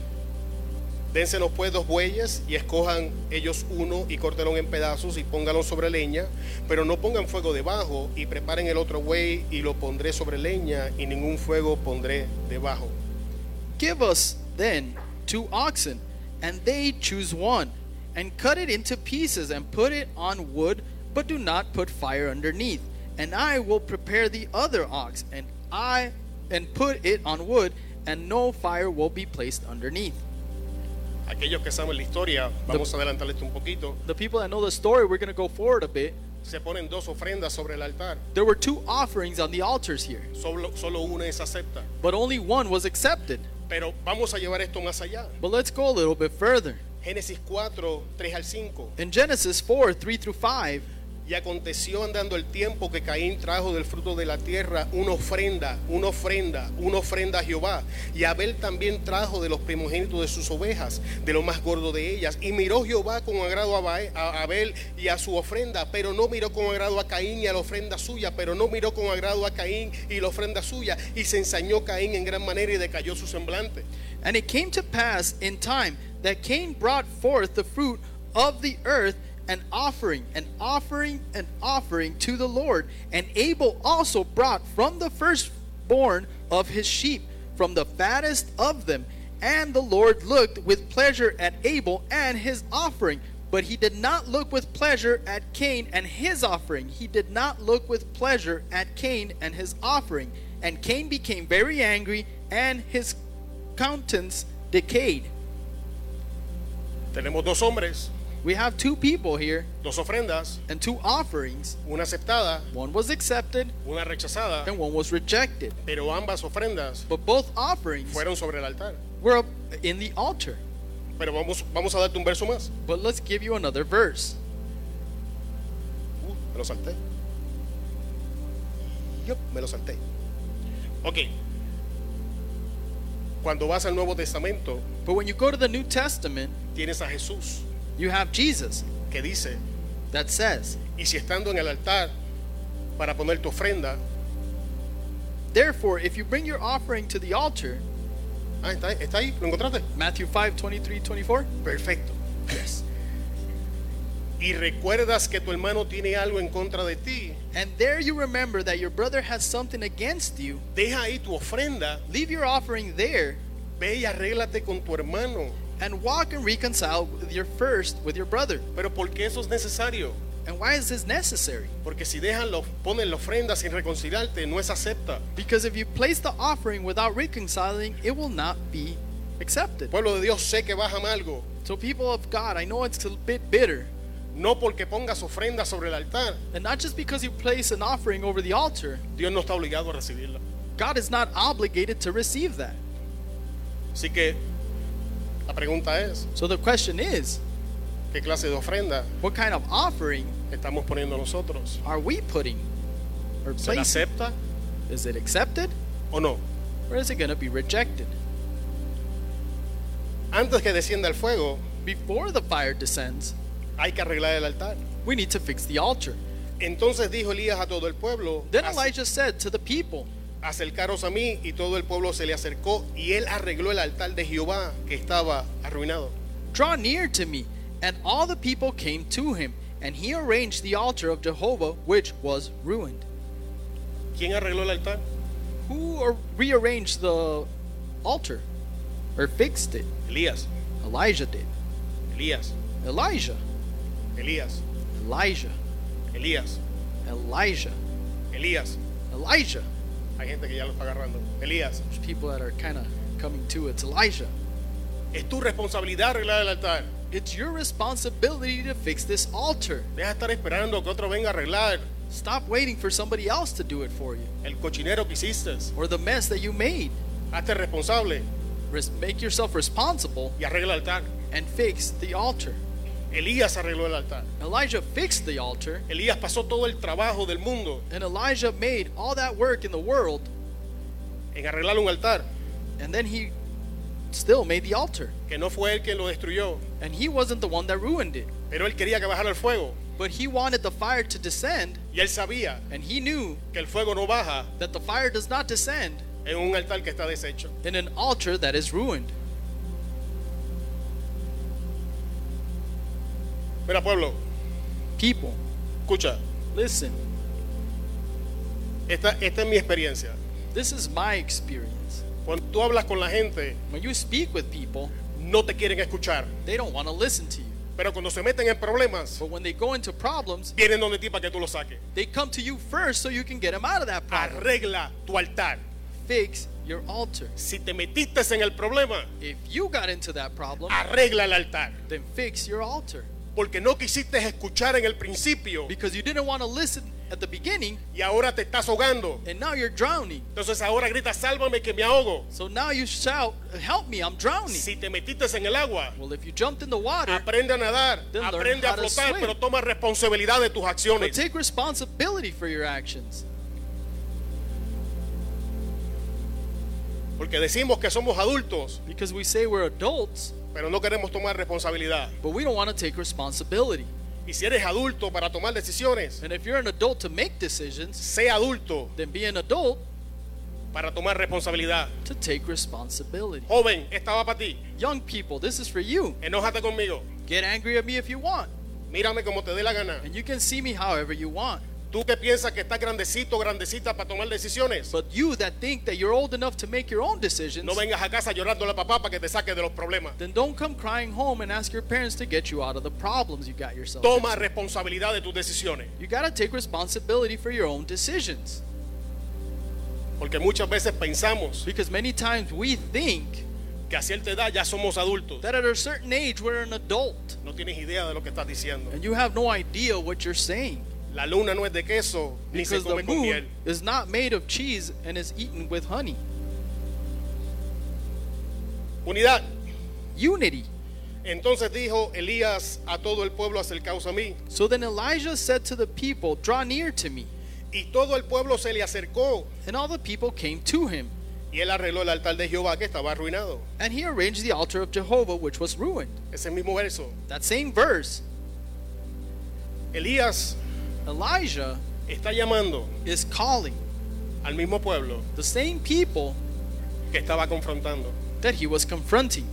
B: Dénsenos pues dos bueyes y escojan ellos uno y córtenlo en pedazos y pónganlo sobre leña, pero no pongan fuego debajo y preparen el otro buey y lo pondré sobre leña y ningún fuego pondré debajo.
A: Give us then two oxen, and they choose one, and cut it into pieces and put it on wood, but do not put fire underneath. And I will prepare the other ox, and I and put it on wood, and no fire will be placed underneath.
B: Aquellos que saben la historia, vamos a adelantarles un poquito,
A: The people that know the story, we're going to go forward a bit.
B: se ponen dos ofrendas sobre el altar,
A: There were two offerings on the altars here,
B: solo, solo una es acepta.
A: but only one was accepted.
B: Pero vamos a llevar esto más allá.
A: But let's go a little bit further.
B: Génesis 4, 3 al 5.
A: In Genesis 4 3 through 5,
B: Y aconteció andando el tiempo que Caín trajo del fruto de la tierra una ofrenda, una ofrenda, una ofrenda a Jehová. Y Abel también trajo de los primogénitos de sus ovejas, de lo más gordo de ellas. Y miró Jehová con agrado a Bae- a Abel y a su ofrenda, pero no miró con agrado a Caín y a la ofrenda suya, pero no miró con agrado a Caín y la ofrenda suya. Y se ensañó Caín en gran manera y decayó su semblante.
A: And it came to pass in time that Cain brought forth the fruit of the earth an offering, an offering, an offering to the Lord. And Abel also brought from the firstborn of his sheep, from the fattest of them. And the Lord looked with pleasure at Abel and his offering, but he did not look with pleasure at Cain and his offering. He did not look with pleasure at Cain and his offering. And Cain became very angry, and his countenance decayed.
B: Tenemos dos hombres,
A: We have two people here
B: dos ofrendas,
A: and two offerings.
B: una aceptada,
A: One was accepted
B: una rechazada,
A: and one was rejected.
B: pero ambas ofrendas
A: But both offerings
B: fueron sobre el altar.
A: were up in the altar.
B: Pero vamos, vamos a darte un verso más.
A: But let's give you another verse.
B: Uh, me lo salté. Yo me lo salté. Ok. Cuando vas al Nuevo Testamento,
A: But when you go to the New Testament,
B: tienes a Jesús
A: you have Jesus
B: que dice,
A: that says,
B: y si estando en el altar para poner tu ofrenda,
A: Therefore, if you bring your offering to the altar,
B: ah, está, está ahí, lo encontraste.
A: Matthew 5 23 24,
B: Perfecto.
A: yes.
B: Y recuerdas que tu hermano tiene algo en contra de ti,
A: And there you remember that your brother has something against you,
B: deja ahí tu ofrenda,
A: leave your offering there
B: ve y arréglate con tu hermano.
A: and walk and reconcile with your first with your brother.
B: Pero ¿por qué eso es necesario?
A: And why is this necessary?
B: Porque si dejan los, ponen la ofrenda sin reconciliarte, no es acepta.
A: Because if you place the offering without reconciling, it will not be accepted.
B: Pueblo de Dios, sé que vas a algo.
A: So, people of God, I know it's a bit bitter,
B: No porque pongas ofrenda sobre el altar,
A: and not just because you place an offering over the altar,
B: Dios no está obligado a recibirla.
A: God is not obligated to receive that.
B: Así que la pregunta es,
A: So, the question is,
B: ¿qué clase de ofrenda
A: what kind of offering
B: estamos poniendo nosotros?
A: are we putting or
B: ¿Se la
A: placing?
B: acepta
A: Is it accepted
B: o no?
A: or is it going to be rejected?
B: Antes que descienda el fuego,
A: Before the fire descends,
B: hay que arreglar el altar.
A: we need to fix the altar.
B: Entonces dijo Elías a todo el pueblo,
A: Then
B: "Ac-
A: Elijah said to the people,
B: acercaros a mí, y todo el pueblo se le acercó, y él arregló el altar de Jehová que estaba arruinado.
A: Draw near to me. And all the people came to him, and he arranged the altar of Jehovah, which was ruined.
B: ¿Quién arregló el altar?
A: Who ar- rearranged the altar or fixed it?
B: Elías,
A: Elijah did.
B: Elías,
A: Elijah.
B: Elías,
A: Elijah.
B: Elías,
A: Elijah.
B: Elías.
A: Elijah.
B: Hay gente que ya lo está agarrando. Elías,
A: There's people that are kind of coming to it's Elijah.
B: es tu responsabilidad arreglar el altar.
A: It's your responsibility to fix this altar.
B: Deja de estar esperando que otro venga a arreglar
A: Stop waiting for somebody else to do it for you
B: el cochinero que hiciste.
A: or the mess that you made.
B: Hazte responsable
A: Res- make yourself responsible
B: y arregla el altar.
A: and fix the altar.
B: Elías arregló el altar.
A: Elijah fixed the altar,
B: Elías pasó todo el trabajo del mundo
A: and Elijah made all that work in the world,
B: en arreglar un altar
A: and then he still made the altar.
B: que no fue él quien lo destruyó,
A: And he wasn't the one that ruined it,
B: pero él quería que bajara el fuego
A: but he wanted the fire to descend,
B: y él sabía
A: and he knew
B: que el fuego no baja
A: that the fire does not descend
B: en un altar que está deshecho.
A: in an altar that is ruined.
B: Mira, pueblo,
A: People,
B: escucha.
A: listen,
B: Esta, esta es mi experiencia.
A: this is my experience.
B: Cuando tú hablas con la gente,
A: When you speak with people,
B: no te quieren escuchar.
A: they don't want to listen to you.
B: Pero cuando se meten en problemas,
A: But when they go into problems,
B: vienen donde ti para que tú lo saques.
A: they come to you first so you can get them out of that problem.
B: Arregla tu altar.
A: Fix your altar.
B: Si te metiste en el problema,
A: If you got into that problem,
B: arregla el altar.
A: then fix your altar.
B: Porque no quisiste escuchar en el principio
A: Because you didn't want to listen at the beginning,
B: y ahora te estás ahogando.
A: and now you're drowning.
B: Entonces ahora grita, sálvame que me ahogo.
A: So now you shout, Help me, I'm drowning.
B: Si te metiste en el agua,
A: Well, if you jumped in the water,
B: aprende a nadar,
A: Ah. Then learn
B: aprende a
A: how to
B: flotar,
A: swim.
B: pero toma responsabilidad de tus
A: but
B: acciones.
A: take responsibility for your actions.
B: Porque decimos que somos adultos,
A: Because we say we're adults,
B: pero no queremos tomar responsabilidad.
A: but we don't want to take responsibility.
B: Y si eres adulto para tomar decisiones,
A: And if you're an adult to make decisions,
B: sé adulto
A: then be an adult
B: para tomar responsabilidad.
A: to take responsibility.
B: Joven, esta va para ti.
A: Young people, this is for you.
B: Enójate conmigo.
A: Get angry at me if you want,
B: Mírame como te dé la gana.
A: and you can see me however you want.
B: Tú que piensas que estás grandecito, grandecita para tomar decisiones,
A: But you that think that you're old enough to make your own decisions,
B: no vengas a casa llorándole a papá para que te saque de los problemas.
A: then don't come crying home and ask your parents to get you out of the problems you got yourself.
B: Toma
A: into.
B: responsabilidad de tus decisiones.
A: You got to take responsibility for your own decisions
B: Porque muchas veces pensamos
A: because many times we think
B: que a cierta edad ya somos adultos.
A: that at a certain age we're an adult
B: No tienes idea de lo que estás diciendo.
A: and you have no idea what you're saying
B: La luna no es de queso, ni se
A: because the
B: come con
A: moon
B: miel.
A: is not made of cheese and is eaten with honey.
B: Unidad.
A: Unity.
B: Entonces dijo Elías a todo el pueblo acercaos a mí.
A: So then Elijah said to the people, Draw near to me.
B: Y todo el pueblo se le acercó.
A: And all the people came to him.
B: Y él arregló el altar de Jehová que estaba arruinado.
A: And he arranged the altar of Jehovah, which was ruined.
B: Ese mismo verso.
A: That same verse,
B: Elías
A: Elijah
B: está llamando
A: is calling
B: al mismo pueblo
A: the same people
B: que estaba confrontando.
A: that he was confronting.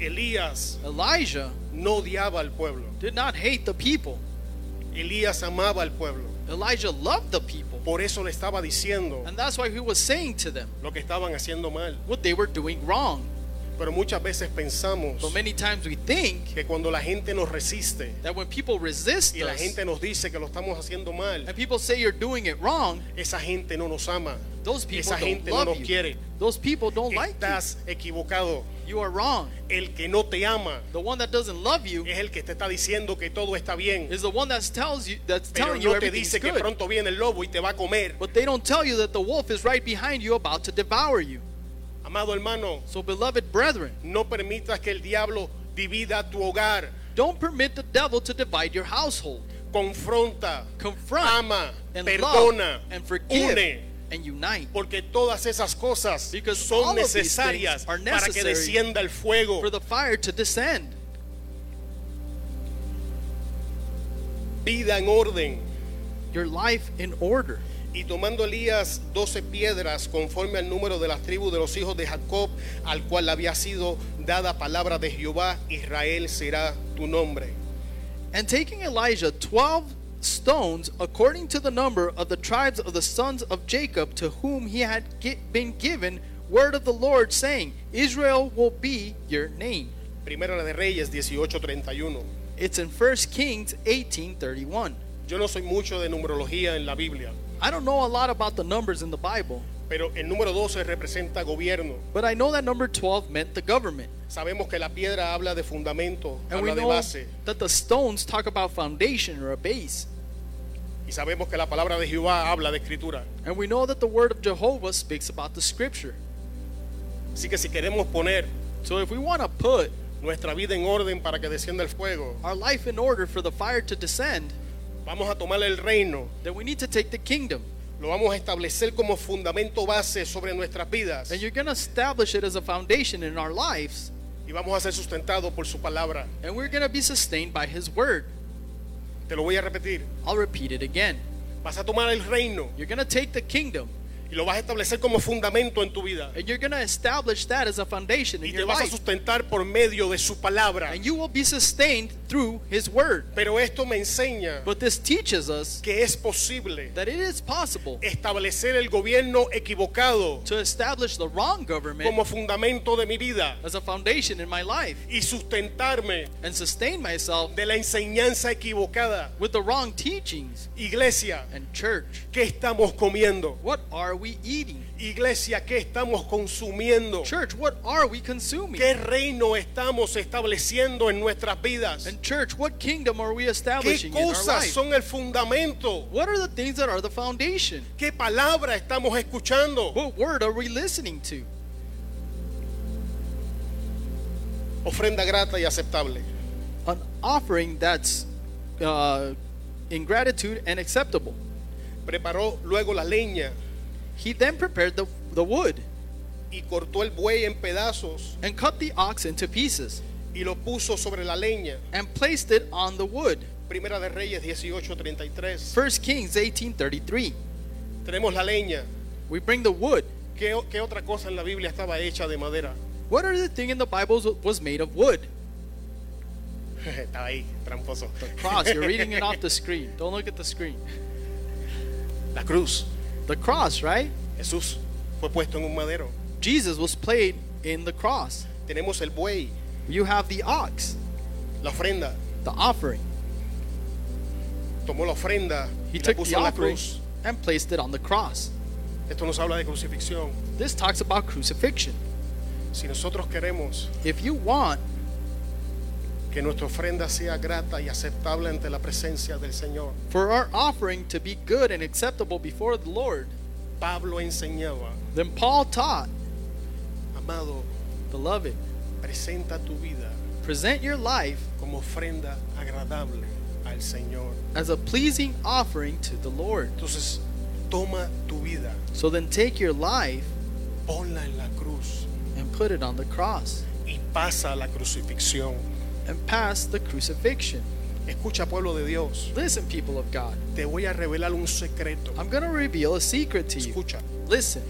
B: Elías
A: Elijah
B: no odiaba al pueblo.
A: did not hate the people.
B: Elías amaba al pueblo.
A: Elijah loved the people.
B: Por eso le estaba diciendo
A: And that's why he was saying to them
B: lo que estaban haciendo mal.
A: what they were doing wrong.
B: Pero muchas veces pensamos
A: So many times we think
B: que cuando la gente nos resiste
A: that when people resist
B: y la
A: us
B: gente nos dice que lo estamos haciendo mal,
A: and people say you're doing it wrong,
B: esa gente no nos ama.
A: those people
B: Esa
A: don't
B: gente no
A: love
B: nos
A: you.
B: quiere.
A: Those people don't like you.
B: Estás equivocado.
A: You are wrong.
B: El que no te ama
A: The one that doesn't love you
B: es el que te está diciendo que todo está bien,
A: is the one that tells you that's
B: pero
A: telling you
B: no te
A: everything's
B: dice que
A: good.
B: pronto viene el lobo y te va a comer.
A: But they don't tell you that the wolf is right behind you about to devour you.
B: Amado hermano,
A: So beloved brethren,
B: no permitas que el diablo divida tu hogar.
A: don't permit the devil to divide your household.
B: Confronta,
A: Confront
B: ama,
A: and
B: perdona,
A: love and forgive
B: une.
A: and unite.
B: Porque todas esas cosas
A: Because
B: son
A: all of these
B: necesarias
A: things are
B: para que
A: necessary
B: descienda el fuego.
A: for the fire to descend.
B: Vida en orden.
A: Your life in order.
B: Y tomando Elías doce piedras conforme al número de las tribus de los hijos de Jacob, al cual había sido dada palabra de Jehová, Israel será tu nombre.
A: And taking Elijah 12 stones according to the number of the tribes of the sons of Jacob to whom he had gi- been given word of the Lord saying, Israel will be your name.
B: Primera de Reyes 18:31.
A: It's in 1 Kings 18:31.
B: Yo no soy mucho de numerología en la Biblia,
A: I don't know a lot about the numbers in the Bible,
B: pero el número 12 representa gobierno.
A: but I know that number 12 meant the government.
B: Sabemos que la piedra habla de fundamento,
A: And we
B: habla de
A: know
B: base,
A: that the stones talk about foundation or a base.
B: y sabemos que la palabra de Jehová habla de escritura.
A: And we know that the word of Jehovah speaks about the scripture.
B: Así que si queremos poner
A: So if we want to put
B: nuestra vida en orden para que descienda el fuego,
A: our life in order for the fire to descend,
B: vamos a tomar el reino
A: then we need to take the kingdom.
B: Lo vamos a establecer como fundamento base sobre nuestras vidas
A: And you're going to establish it as a foundation in our lives,
B: y vamos a ser sustentados por su palabra.
A: and we're going to be sustained by his word.
B: Te lo voy a repetir.
A: I'll repeat it again.
B: Vas a tomar el reino
A: You're going to take the kingdom,
B: y lo vas a establecer como fundamento en tu vida.
A: And you're going to establish that as a foundation in
B: Y te
A: your
B: vas a
A: life.
B: sustentar por medio de su palabra.
A: And you will be sustained through His Word.
B: Pero esto me enseña
A: But this teaches us
B: que es posible
A: that it is possible
B: establecer el gobierno equivocado
A: to establish the wrong government
B: como fundamento de mi vida
A: as a foundation in my life
B: y sustentarme
A: and sustain myself
B: de la enseñanza equivocada.
A: with the wrong teachings.
B: Iglesia,
A: And church,
B: ¿qué estamos comiendo?
A: what are we eating?
B: Iglesia, ¿qué estamos consumiendo?
A: Church, what are we consuming?
B: ¿Qué reino estamos estableciendo en nuestras vidas?
A: And church, what kingdom are we
B: ¿Qué
A: establishing in our
B: cosas
A: life?
B: son el fundamento?
A: What are the things that are the foundation?
B: ¿Qué palabra estamos escuchando?
A: What word are we listening to?
B: Ofrenda grata y aceptable.
A: An offering that's uh, in gratitude and acceptable.
B: Preparó luego la leña
A: He then prepared the, the wood
B: y cortó el buey en pedazos
A: and cut the ox into pieces
B: y lo puso sobre la leña.
A: and placed it on the wood.
B: Primera de Reyes 18:33.
A: 1 Kings 18:33.
B: Tenemos la leña.
A: We bring the wood.
B: ¿Qué, o- qué otra cosa en la Biblia estaba hecha de madera?
A: What other thing in the Bible was made of wood?
B: Estaba ahí, tramposo.
A: Cross. You're reading it off the screen. Don't look at the screen.
B: La cruz.
A: The cross, right?
B: Jesús fue puesto en un madero.
A: Jesus was played in the cross.
B: Tenemos el buey,
A: You have the ox,
B: la ofrenda.
A: the offering.
B: Tomó la ofrenda
A: He
B: y la
A: took the
B: puso en la
A: offering
B: cruz.
A: and placed it on the cross.
B: Esto nos habla de crucifixión.
A: This talks about crucifixion.
B: Si nosotros queremos
A: If you want
B: que nuestra ofrenda sea grata y aceptable ante la presencia del Señor,
A: for our offering to be good and acceptable before the Lord,
B: Pablo enseñaba,
A: then Paul taught,
B: amado,
A: beloved,
B: presenta tu vida
A: present your life
B: como ofrenda agradable al Señor.
A: as a pleasing offering to the Lord.
B: Entonces, toma tu vida,
A: So then take your life
B: ponla en la cruz
A: and put it on the cross
B: y pasa a la crucifixión.
A: and pass the crucifixion.
B: Escucha, pueblo de Dios,
A: Listen, people of God,
B: te voy a revelar un secreto.
A: I'm going to reveal a secret to you.
B: Escucha,
A: Listen,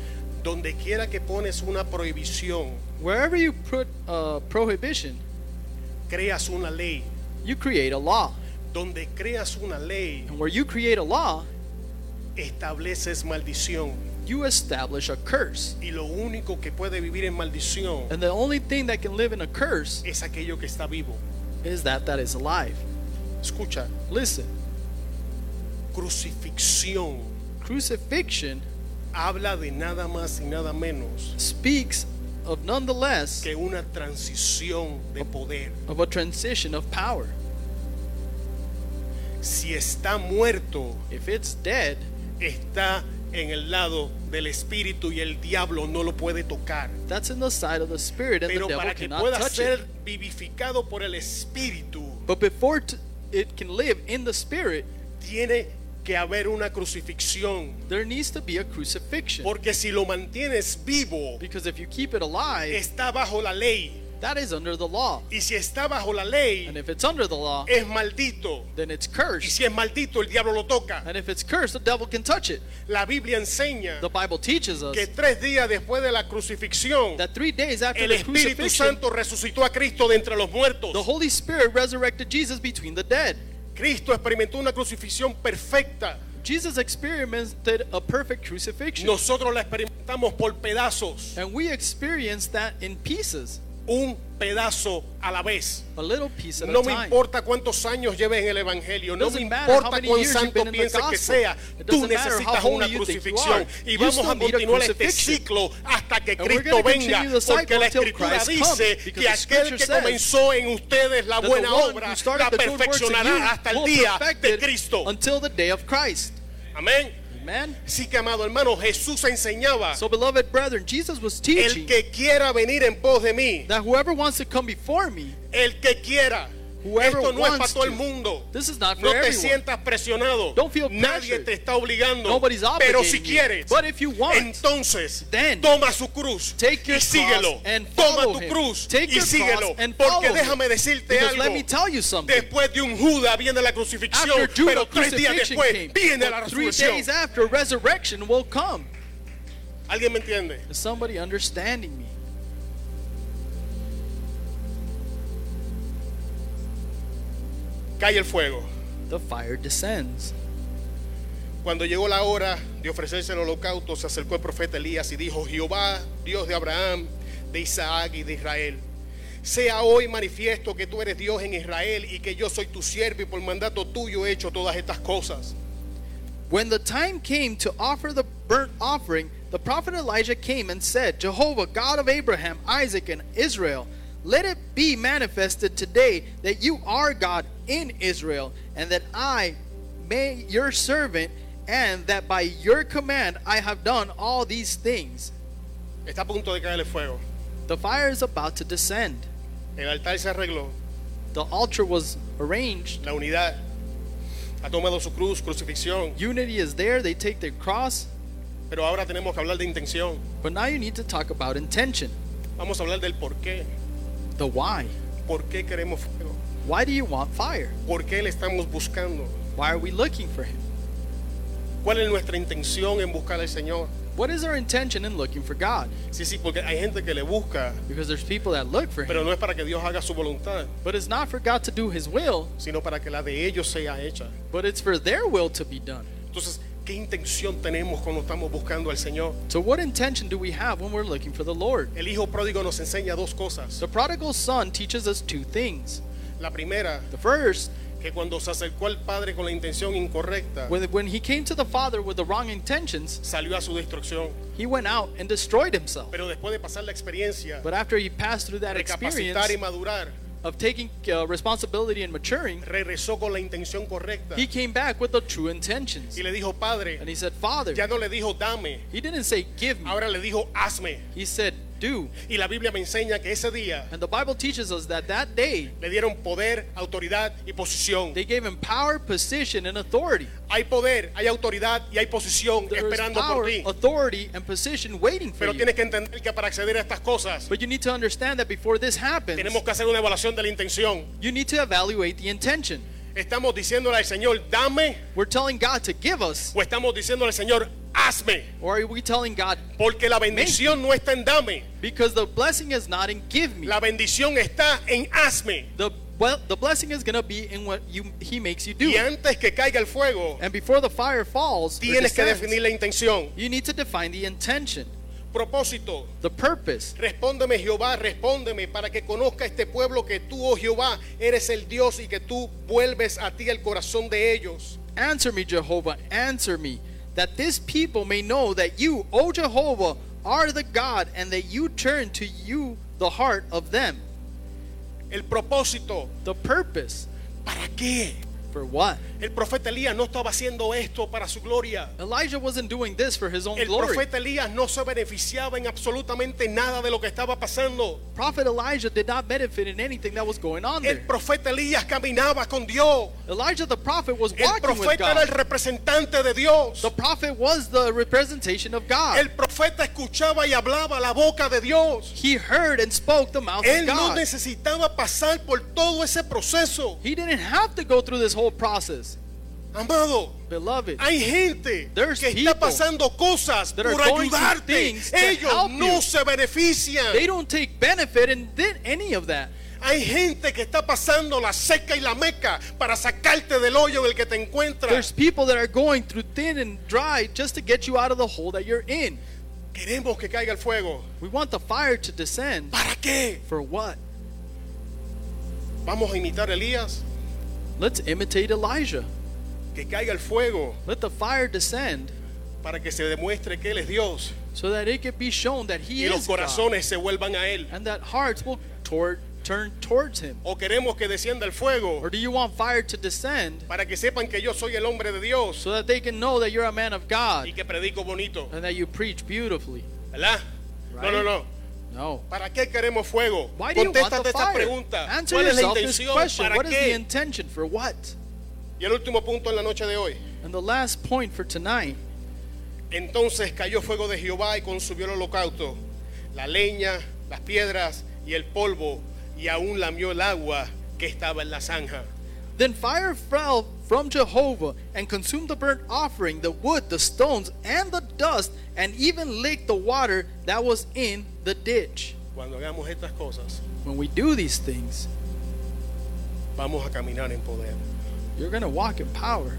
B: donde quiera que pones una prohibición,
A: wherever you put a prohibition,
B: creas una ley.
A: you create a law.
B: Donde creas una ley,
A: And where you create a law,
B: estableces maldición.
A: you establish a curse.
B: Y lo único que puede vivir en maldición
A: And the only thing that can live in a curse
B: es aquello que está vivo.
A: is that that is alive.
B: Escucha,
A: Listen,
B: crucifixión
A: crucifixion
B: habla de nada más y nada menos
A: speaks of nonetheless
B: que una transición de poder.
A: of a transition of power.
B: Si está muerto,
A: If it's dead,
B: está en el lado del espíritu y el diablo no lo puede tocar.
A: that's in the side of the spirit and
B: Pero
A: the devil
B: para que
A: cannot
B: pueda
A: touch
B: ser
A: it.
B: vivificado por el espíritu,
A: But before t- it can live in the spirit,
B: tiene que haber una crucifixión.
A: there needs to be a crucifixion.
B: Porque si lo mantienes vivo,
A: Because if you keep it alive,
B: está bajo la ley.
A: that is under the law.
B: Y si está bajo la
A: And
B: ley,
A: if it's under the law,
B: es maldito.
A: then it's
B: Y
A: cursed.
B: si es maldito, el diablo lo toca.
A: And if it's cursed, the devil can touch it.
B: La Biblia enseña
A: The Bible teaches us
B: que tres días después de la crucifixión,
A: that three days after
B: el
A: the
B: Espíritu
A: crucifixion,
B: Santo resucitó a Cristo de entre los
A: the
B: muertos.
A: Holy Spirit resurrected Jesus between the dead.
B: Cristo experimentó una crucifixión perfecta.
A: Jesus experimented a perfect crucifixion,
B: Nosotros la experimentamos por pedazos,
A: and we experience that in pieces,
B: un pedazo a la vez.
A: a little piece at
B: No
A: a
B: me
A: time.
B: importa cuántos años lleves en el Evangelio, no me
A: Doesn't matter how
B: importa
A: many
B: cuán
A: years you've
B: santo
A: been in the
B: pienses que
A: gospel.
B: sea,
A: It
B: tú
A: doesn't matter
B: necesitas
A: how
B: una
A: holy you think you
B: crucifixión.
A: are.
B: Y
A: You
B: vamos
A: still
B: a
A: need a
B: continuar este
A: crucifixion.
B: ciclo hasta que
A: And we're
B: Cristo
A: gonna continue
B: venga,
A: the cycle
B: porque la
A: until
B: Escritura
A: Christ comes,
B: dice
A: because
B: que
A: the
B: aquel
A: scripture
B: que
A: says
B: comenzó en ustedes la
A: That the
B: buena
A: one
B: obra
A: who started
B: la
A: the good works in you
B: perfeccionará hasta el
A: will
B: día
A: perfect
B: de
A: it
B: Cristo.
A: until the day of Christ.
B: Amén.
A: Amen.
B: Así que amado hermano, Jesús enseñaba,
A: So, beloved brethren, Jesus was
B: el
A: teaching
B: que quiera venir en pos de mí,
A: that whoever wants to come before me,
B: el que quiera.
A: Whoever
B: Esto no es para
A: wants
B: todo
A: to.
B: el mundo.
A: This is not for
B: no te
A: everyone.
B: sientas presionado.
A: Don't feel
B: Nadie
A: pressured.
B: te está obligando.
A: Nobody's
B: Pero
A: obligating
B: si
A: you.
B: quieres,
A: But if you want,
B: entonces
A: then
B: toma su cruz
A: take your
B: y síguelo.
A: cross and
B: toma
A: follow
B: tu
A: him.
B: cruz
A: Take
B: y
A: your
B: síguelo.
A: cross and
B: Porque
A: follow him.
B: déjame decirte
A: Because
B: algo.
A: let me tell you something.
B: Después de un Judas viene la crucifixión,
A: after Judah
B: pero tres días
A: crucifixion
B: después
A: came,
B: viene la
A: but three
B: resurrección.
A: days after resurrection will come.
B: ¿Alguien me entiende?
A: Is somebody understanding me?
B: Cae el fuego.
A: The fire descends.
B: Cuando llegó la hora de ofrecerse el holocausto, se acercó el profeta Elías y dijo, Jehová, Dios de Abraham, de Isaac y de Israel, sea hoy manifiesto que tú eres Dios en Israel y que yo soy tu siervo y por mandato tuyo he hecho todas estas cosas.
A: When the time came to offer the burnt offering, the prophet Elijah came and said, Jehovah, God of Abraham, Isaac, and Israel, let it be manifested today that you are God in Israel, and that I may your servant, and that by your command I have done all these things.
B: Está a punto de caer el fuego.
A: The fire is about to descend.
B: El altar se arregló.
A: The altar was arranged.
B: La unidad ha tomado su cruz, crucifixión.
A: Unity is there. They take their cross.
B: Pero ahora tenemos que hablar de intención.
A: But now you need to talk about intention
B: Vamos a hablar del por qué.
A: the why.
B: ¿Por qué queremos fuego?
A: Why do you want fire?
B: ¿Por qué le estamos buscando?
A: Why are we looking for Him?
B: ¿Cuál es nuestra intención en buscar al Señor?
A: What is our intention in looking for God?
B: Sí, sí, porque hay gente que le busca,
A: Because there's people that look for
B: pero
A: Him,
B: no es para que Dios haga su voluntad,
A: but it's not for God to do His will,
B: sino para que la de ellos sea hecha.
A: but it's for their will to be done.
B: Entonces, ¿qué intención tenemos cuando estamos buscando al Señor?
A: So, what intention do we have when we're looking for the Lord?
B: El Hijo Pródigo nos enseña dos cosas.
A: The prodigal son teaches us two things.
B: La primera,
A: The first,
B: que cuando se acercó al Padre con la intención incorrecta,
A: when, when he came to the Father with the wrong intentions,
B: salió a su destrucción.
A: he went out and destroyed himself.
B: Pero después de pasar la experiencia,
A: But after he passed through that
B: recapacitar y
A: experience
B: madurar,
A: of taking uh, responsibility and maturing,
B: regresó con la intención correcta
A: he came back with the true intentions.
B: y le dijo, Padre,
A: And he said, Father,
B: ya no le dijo dame,
A: he didn't say give me,
B: ahora le dijo hazme.
A: he said do.
B: Y la Biblia me enseña que ese día
A: And the Bible teaches us that that day
B: le dieron poder, autoridad y posición.
A: they gave him power, position, and authority.
B: Hay poder, hay autoridad y hay posición
A: There is
B: esperando por
A: power,
B: ti.
A: authority, and position waiting for
B: Pero
A: you.
B: tienes que entender que para acceder a estas cosas
A: But you need to understand that before this happens,
B: tenemos que hacer una evaluación de la intención.
A: you need to evaluate the intention.
B: ¿Estamos diciéndole al Señor, dame?
A: We're telling God to give us,
B: ¿O estamos diciéndole al Señor, hazme?
A: or are we telling God
B: Porque la bendición no está en dame.
A: because the blessing is not in give me?
B: La bendición está en hazme.
A: The well, the blessing is gonna be in what you He makes you do.
B: Y antes que caiga el fuego,
A: And before the fire falls, or
B: tienes que
A: descends,
B: definir la intención.
A: you need to define the intention,
B: Propósito.
A: the purpose.
B: Respóndeme Jehová, respóndeme para que conozca este pueblo que tú, oh Jehová, eres el Dios y que tú vuelves a ti el corazón de ellos.
A: Answer me, Jehovah, answer me, that this people may know that you, O Jehovah, are the God, and that you turn to you the heart of them.
B: El propósito,
A: The purpose
B: ¿para qué?
A: for what?
B: El profeta Elías no estaba haciendo esto para su gloria.
A: Elijah wasn't doing this for his own
B: El
A: glory.
B: profeta Elías no se beneficiaba en absolutamente nada de lo que estaba pasando.
A: Prophet Elijah did not benefit in anything that was going on
B: El
A: there.
B: profeta Elías caminaba con Dios.
A: Elijah the prophet was
B: El
A: walking with
B: profeta era el
A: God.
B: representante de Dios.
A: The prophet was the representation of God.
B: El profeta escuchaba y hablaba la boca de Dios.
A: He heard and spoke the mouth of
B: Él no
A: God.
B: necesitaba pasar por todo ese proceso.
A: He didn't have to go through this whole process.
B: Amado,
A: Beloved,
B: hay gente
A: There's
B: que está
A: people
B: pasando cosas
A: that are
B: por
A: going through
B: ayudarte.
A: things to
B: Ellos
A: help
B: no
A: you.
B: se benefician.
A: they don't take benefit in thi- any of that.
B: Hay gente que está pasando la seca y la meca para sacarte del hoyo en el que te
A: There's
B: encuentras.
A: people that are going through thin and dry just to get you out of the hole that you're in.
B: Queremos que caiga el fuego.
A: We want the fire to descend.
B: ¿Para qué?
A: For what?
B: Vamos a imitar a Elías.
A: Let's imitate Elijah.
B: Que caiga el fuego
A: Let the fire descend
B: para que se demuestre que Él es Dios
A: so that it can be shown that he
B: y los
A: is God
B: corazones se vuelvan a Él.
A: and that hearts will toward, turn towards him.
B: O queremos que descienda el
A: Or
B: fuego
A: do you want fire to descend
B: para que sepan que yo soy el hombre de Dios.
A: so that they can know that you're a man of God
B: y que predico bonito,
A: and that you preach beautifully?
B: ¿verdad? No, no, no.
A: No.
B: ¿Para qué queremos fuego?
A: Why do you want
B: Contéstate
A: the
B: esta
A: fire?
B: pregunta.
A: Answer
B: ¿Cuál es la
A: yourself this
B: intención?
A: question.
B: ¿Para
A: What is the
B: qué?
A: intention? For what?
B: Y el último punto en la noche de hoy.
A: And the last point for tonight.
B: Entonces cayó fuego de Jehová y consumió el holocausto, la leña, las piedras y el polvo, y aún lamió el agua que estaba en la zanja.
A: Then fire fell from Jehovah and consumed the burnt offering, the wood, the stones, and the dust, and even licked the water that was in the ditch.
B: Cuando hagamos estas cosas,
A: When we do these things,
B: vamos a caminar en poder.
A: you're going to walk in power.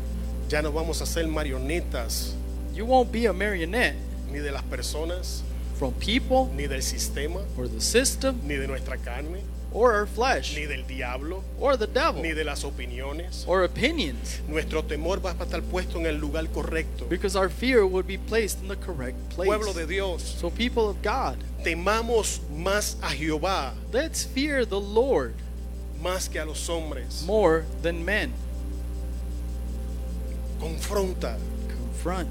B: Ya no vamos a ser marionetas
A: You won't be a marionette
B: ni de las personas,
A: from people
B: ni del sistema,
A: or the system
B: ni de nuestra carne,
A: or our flesh
B: ni del diablo,
A: or the devil
B: ni de las opiniones.
A: or opinions
B: Nuestro temor va a estar puesto en el lugar correcto.
A: because our fear would be placed in the correct
B: Pueblo de
A: place.
B: Dios,
A: So, people of God,
B: temamos más a Jehová
A: let's fear the Lord
B: más que a los hombres.
A: more than men.
B: Confronta,
A: Confront,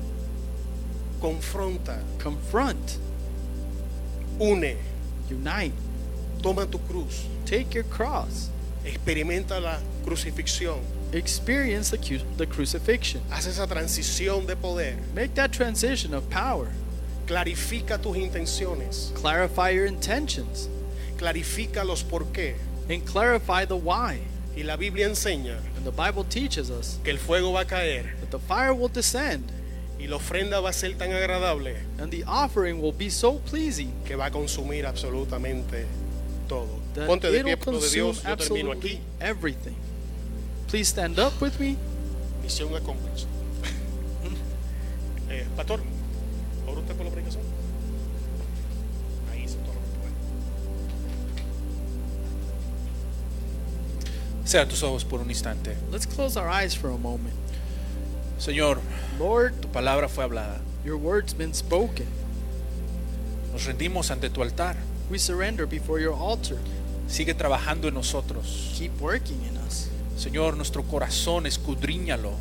B: confronta,
A: confront,
B: une,
A: unite,
B: toma tu cruz,
A: take your cross,
B: experimenta la crucifixión,
A: experience the, cu- the crucifixion,
B: haz esa transición de poder,
A: make that transition of power,
B: clarifica tus intenciones,
A: clarify your intentions,
B: clarifica los por qué.
A: and clarify the why.
B: Y la Biblia enseña
A: And the Bible teaches us
B: que el fuego va a caer
A: that the fire will descend
B: y la ofrenda va a ser tan agradable
A: and the offering will be so pleasing
B: que va a consumir absolutamente todo.
A: that
B: Ponte de
A: it'll
B: pie, pueblo de
A: consume
B: Dios, yo termino aquí.
A: absolutely everything. Please stand up with me.
B: Misión accomplished. eh, Pastor, ¿ahora usted por la predicación? Ahí hizo todo lo que puede.
C: Cierra tus ojos por un instante.
A: Let's close our eyes for a moment.
C: Señor,
A: Lord,
C: tu palabra fue hablada.
A: your word's been spoken.
C: Nos rendimos ante tu altar.
A: We surrender before your altar.
C: Sigue trabajando en nosotros.
A: Keep working in us.
C: Señor, nuestro corazón, escudriñalo.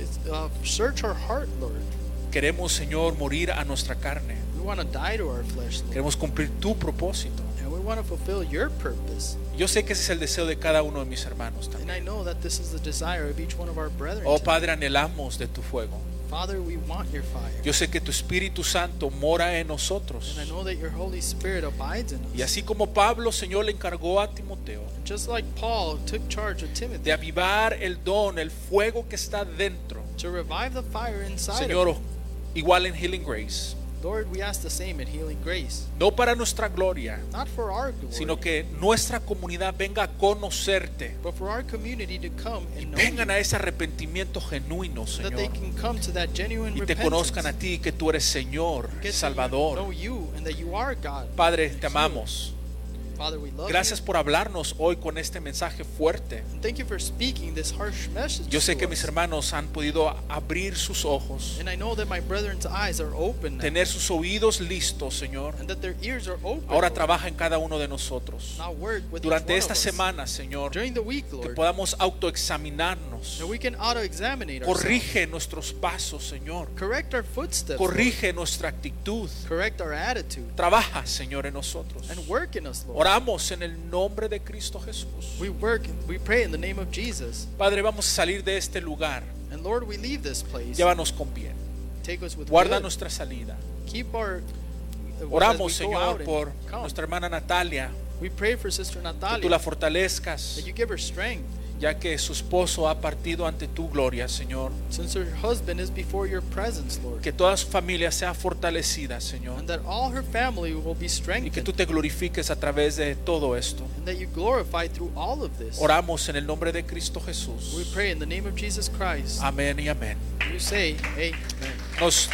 A: It's, uh, search our heart, Lord.
C: Queremos, Señor, morir a nuestra carne.
A: We want to die to our flesh, Lord.
C: Queremos cumplir tu propósito.
A: And we want to fulfill your purpose.
C: Yo sé que ese es el deseo de cada uno de mis hermanos
A: And
C: también.
A: I know that this is the desire of each one of our brethren.
C: Oh
A: today.
C: Padre, anhelamos de tu fuego.
A: Father, we want your fire.
C: Yo sé que tu Espíritu Santo mora en
A: And I
C: nosotros.
A: know that your Holy Spirit abides in us.
C: Y así como Pablo, Señor, le encargó a Timoteo
A: Just like Paul took charge of Timothy
C: de avivar el don, el fuego que está dentro.
A: to revive the fire inside of
C: Señor,
A: him.
C: igual en Healing Grace,
A: Lord, we ask the same in healing grace.
C: no para nuestra gloria,
A: Not for our glory,
C: sino que nuestra comunidad venga a conocerte.
A: but for our community to come and know
C: Vengan
A: you.
C: a ese arrepentimiento genuino,
A: that they
C: Señor.
A: can come to that genuine
C: Y te
A: repentance.
C: conozcan a ti, que tú eres Señor,
A: Get to know
C: Salvador.
A: you and that you are God.
C: Padre, te amamos.
A: Father, we love
C: Gracias
A: you.
C: por hablarnos hoy con este mensaje fuerte.
A: And thank you for speaking this harsh message.
C: Yo sé
A: to
C: que
A: us.
C: mis hermanos han podido abrir sus ojos,
A: And I know that my brethren's eyes are open now,
C: tener sus oídos listos, Señor.
A: and that their ears are open.
C: Ahora
A: Lord.
C: trabaja en cada uno de nosotros.
A: Now work with each
C: Durante
A: one
C: esta
A: of us.
C: semana, Señor,
A: During the week,
C: que
A: Lord,
C: podamos autoexaminarnos.
A: that we can auto-examine ourselves.
C: Corrige nuestros pasos, Señor.
A: Correct our footsteps. Lord.
C: Corrige nuestra actitud.
A: Correct our attitude.
C: Trabaja, Señor, en nosotros.
A: And work in us, Lord.
C: Oramos en el nombre de Cristo Jesús.
A: We work, we pray in the name of Jesus.
C: Padre, vamos a salir de este lugar.
A: And Lord, we leave this place.
C: Llévanos con bien.
A: Take us with
C: Guarda
A: good.
C: nuestra salida.
A: Keep our uh, as we go
C: Oramos,
A: out
C: Señor,
A: and
C: por
A: come.
C: nuestra hermana Natalia.
A: We pray for Sister
C: Que
A: Natalia
C: tú la fortalezcas,
A: that you give her strength
C: ya que su esposo ha partido ante tu gloria, Señor.
A: since her husband is before your presence, Lord.
C: Que toda su familia sea fortalecida, Señor.
A: and that all her family will be
C: Y que
A: strengthened
C: tú te glorifiques a través de todo esto.
A: and that you glorify through all of this.
C: Oramos en el nombre de Cristo
A: We
C: Jesús. Ah.
A: pray in the name of Jesus Christ.
C: Amén y amén.
A: You say, Amen.
C: Nos